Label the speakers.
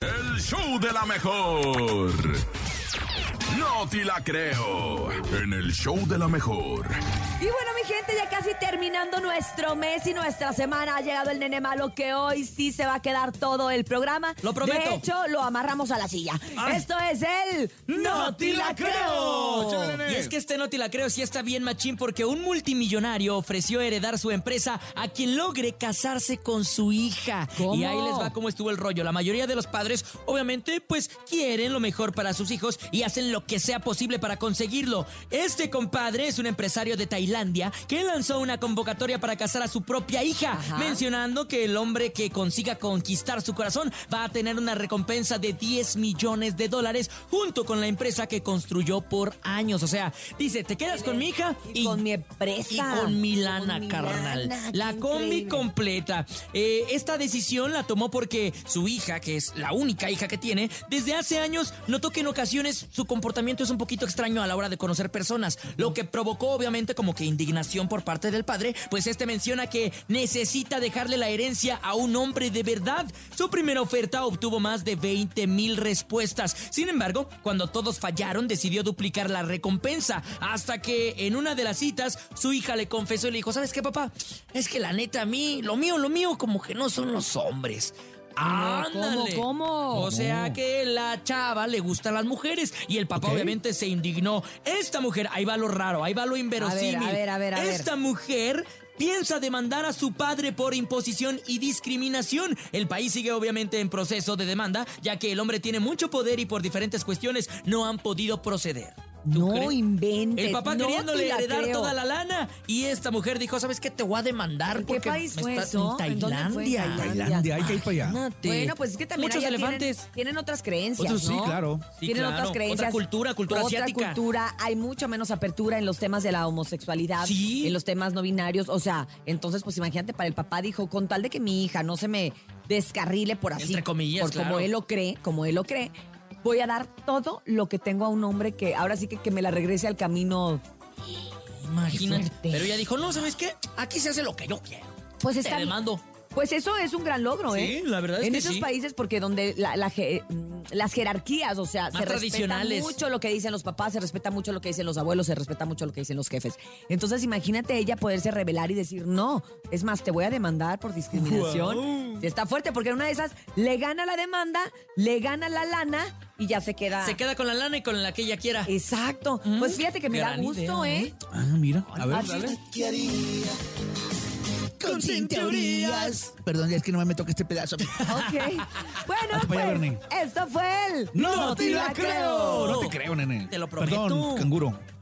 Speaker 1: el show de la mejor. No te la creo. En el show de la mejor.
Speaker 2: Y bueno, mi gente, ya casi terminando nuestro mes y nuestra semana. Ha llegado el nene malo que hoy sí se va a quedar todo el programa.
Speaker 3: Lo prometo.
Speaker 2: De hecho, lo amarramos a la silla.
Speaker 3: Ay.
Speaker 2: Esto es el.
Speaker 3: ¡No te la creo!
Speaker 4: Échale, nene.
Speaker 3: Y es que este no te la creo sí está bien machín porque un multimillonario ofreció heredar su empresa a quien logre casarse con su hija.
Speaker 2: ¿Cómo?
Speaker 3: Y ahí les va Ah, cómo estuvo el rollo. La mayoría de los padres, obviamente, pues quieren lo mejor para sus hijos y hacen lo que sea posible para conseguirlo. Este compadre es un empresario de Tailandia que lanzó una convocatoria para casar a su propia hija,
Speaker 2: Ajá.
Speaker 3: mencionando que el hombre que consiga conquistar su corazón va a tener una recompensa de 10 millones de dólares junto con la empresa que construyó por años. O sea, dice, te quedas con mi hija
Speaker 2: Y con mi empresa.
Speaker 3: y con Milana,
Speaker 2: Con mi
Speaker 3: carnal.
Speaker 2: lana,
Speaker 3: la
Speaker 2: qué
Speaker 3: combi
Speaker 2: increíble.
Speaker 3: completa. Eh, esta decisión la tomó porque su hija, que es la única hija que tiene, desde hace años notó que en ocasiones su comportamiento es un poquito extraño a la hora de conocer personas, lo que provocó obviamente como que indignación por parte del padre, pues este menciona que necesita dejarle la herencia a un hombre de verdad. Su primera oferta obtuvo más de 20 mil respuestas. Sin embargo, cuando todos fallaron, decidió duplicar la recompensa. Hasta que en una de las citas, su hija le confesó y le dijo: ¿Sabes qué, papá? Es que la neta, a mí, lo mío, lo mío, como que no son los hombres.
Speaker 2: ¿cómo,
Speaker 3: ¡Ándale!
Speaker 2: cómo?
Speaker 3: O sea que la chava le gustan las mujeres y el papá
Speaker 4: Ok.
Speaker 3: obviamente se indignó. Esta mujer, ahí va lo raro, ahí va lo inverosímil.
Speaker 2: A ver, a ver, a ver, a ver.
Speaker 3: Esta mujer piensa demandar a su padre por imposición y discriminación. El país sigue obviamente en proceso de demanda, ya que el hombre tiene mucho poder y por diferentes cuestiones no han podido proceder. ¿Tú
Speaker 2: No
Speaker 3: crees?
Speaker 2: inventes.
Speaker 3: El papá
Speaker 2: no
Speaker 3: queriéndole
Speaker 2: te la
Speaker 3: heredar
Speaker 2: creo.
Speaker 3: toda la lana y esta mujer dijo, ¿sabes qué? Te voy a demandar
Speaker 2: ¿En qué
Speaker 3: porque
Speaker 2: país
Speaker 3: me
Speaker 2: fue
Speaker 3: estás-
Speaker 2: eso?
Speaker 3: en
Speaker 2: ¿En dónde fue?
Speaker 3: Tailandia.
Speaker 2: Tailandia.
Speaker 4: Tailandia, hay que ir para allá.
Speaker 3: Imagínate.
Speaker 2: Bueno, pues es que también
Speaker 3: muchos
Speaker 2: allá tienen-
Speaker 3: elefantes.
Speaker 2: Tienen, otras creencias,
Speaker 4: Otros sí,
Speaker 2: ¿no?
Speaker 4: claro.
Speaker 3: Sí,
Speaker 2: tienen
Speaker 3: claro.
Speaker 2: otras
Speaker 3: Otra
Speaker 2: creencias.
Speaker 3: cultura, cultura
Speaker 2: otra
Speaker 3: asiática.
Speaker 2: cultura. Hay mucha menos apertura en los temas de la homosexualidad,
Speaker 3: Sí.
Speaker 2: en los temas no binarios. O sea, entonces, pues imagínate, para el papá dijo, con tal de que mi hija no se me descarrile por así,
Speaker 3: Entre comillas,
Speaker 2: por
Speaker 3: claro.
Speaker 2: como él lo cree, como él lo cree, voy a dar todo lo que tengo a un hombre que ahora sí que, que me la regrese al camino.
Speaker 3: Imagínate.
Speaker 2: Qué fuerte.
Speaker 3: Pero ella dijo, no, ¿sabes qué? Aquí se hace lo que yo quiero.
Speaker 2: Pues
Speaker 3: Te
Speaker 2: está bien.
Speaker 3: demando.
Speaker 2: Pues eso es un gran logro,
Speaker 3: Sí,
Speaker 2: ¿eh?
Speaker 3: la verdad es
Speaker 2: En
Speaker 3: que
Speaker 2: esos
Speaker 3: sí.
Speaker 2: países, porque donde la- la je- mm, las jerarquías, o sea,
Speaker 3: Más
Speaker 2: se respeta
Speaker 3: tradicionales.
Speaker 2: mucho lo que dicen los papás, se respeta mucho lo que dicen los abuelos, se respeta mucho lo que dicen los jefes. Entonces, imagínate ella poderse rebelar y decir, no, es más, te voy a demandar por discriminación. Sí, Está fuerte, porque en una de esas le gana la demanda, le gana la lana y ya se queda.
Speaker 3: Se queda con la lana y con la que ella quiera.
Speaker 2: Exacto.
Speaker 3: Mm,
Speaker 2: Pues fíjate que me da
Speaker 3: gran
Speaker 2: gusto,
Speaker 3: idea,
Speaker 2: ¿eh?
Speaker 4: Ah, mira. A ver,
Speaker 2: Así-
Speaker 4: dale.
Speaker 3: Con Cintia Urias.
Speaker 4: Perdón, es que no me toca este pedazo.
Speaker 2: Ok. Bueno,
Speaker 4: Hazte para allá,
Speaker 2: pues,
Speaker 4: Bernie.
Speaker 2: esto fue el...
Speaker 4: ¡No te la creo!
Speaker 3: creo.
Speaker 4: No te creo, nene.
Speaker 3: Te lo prometo.
Speaker 4: Perdón, canguro.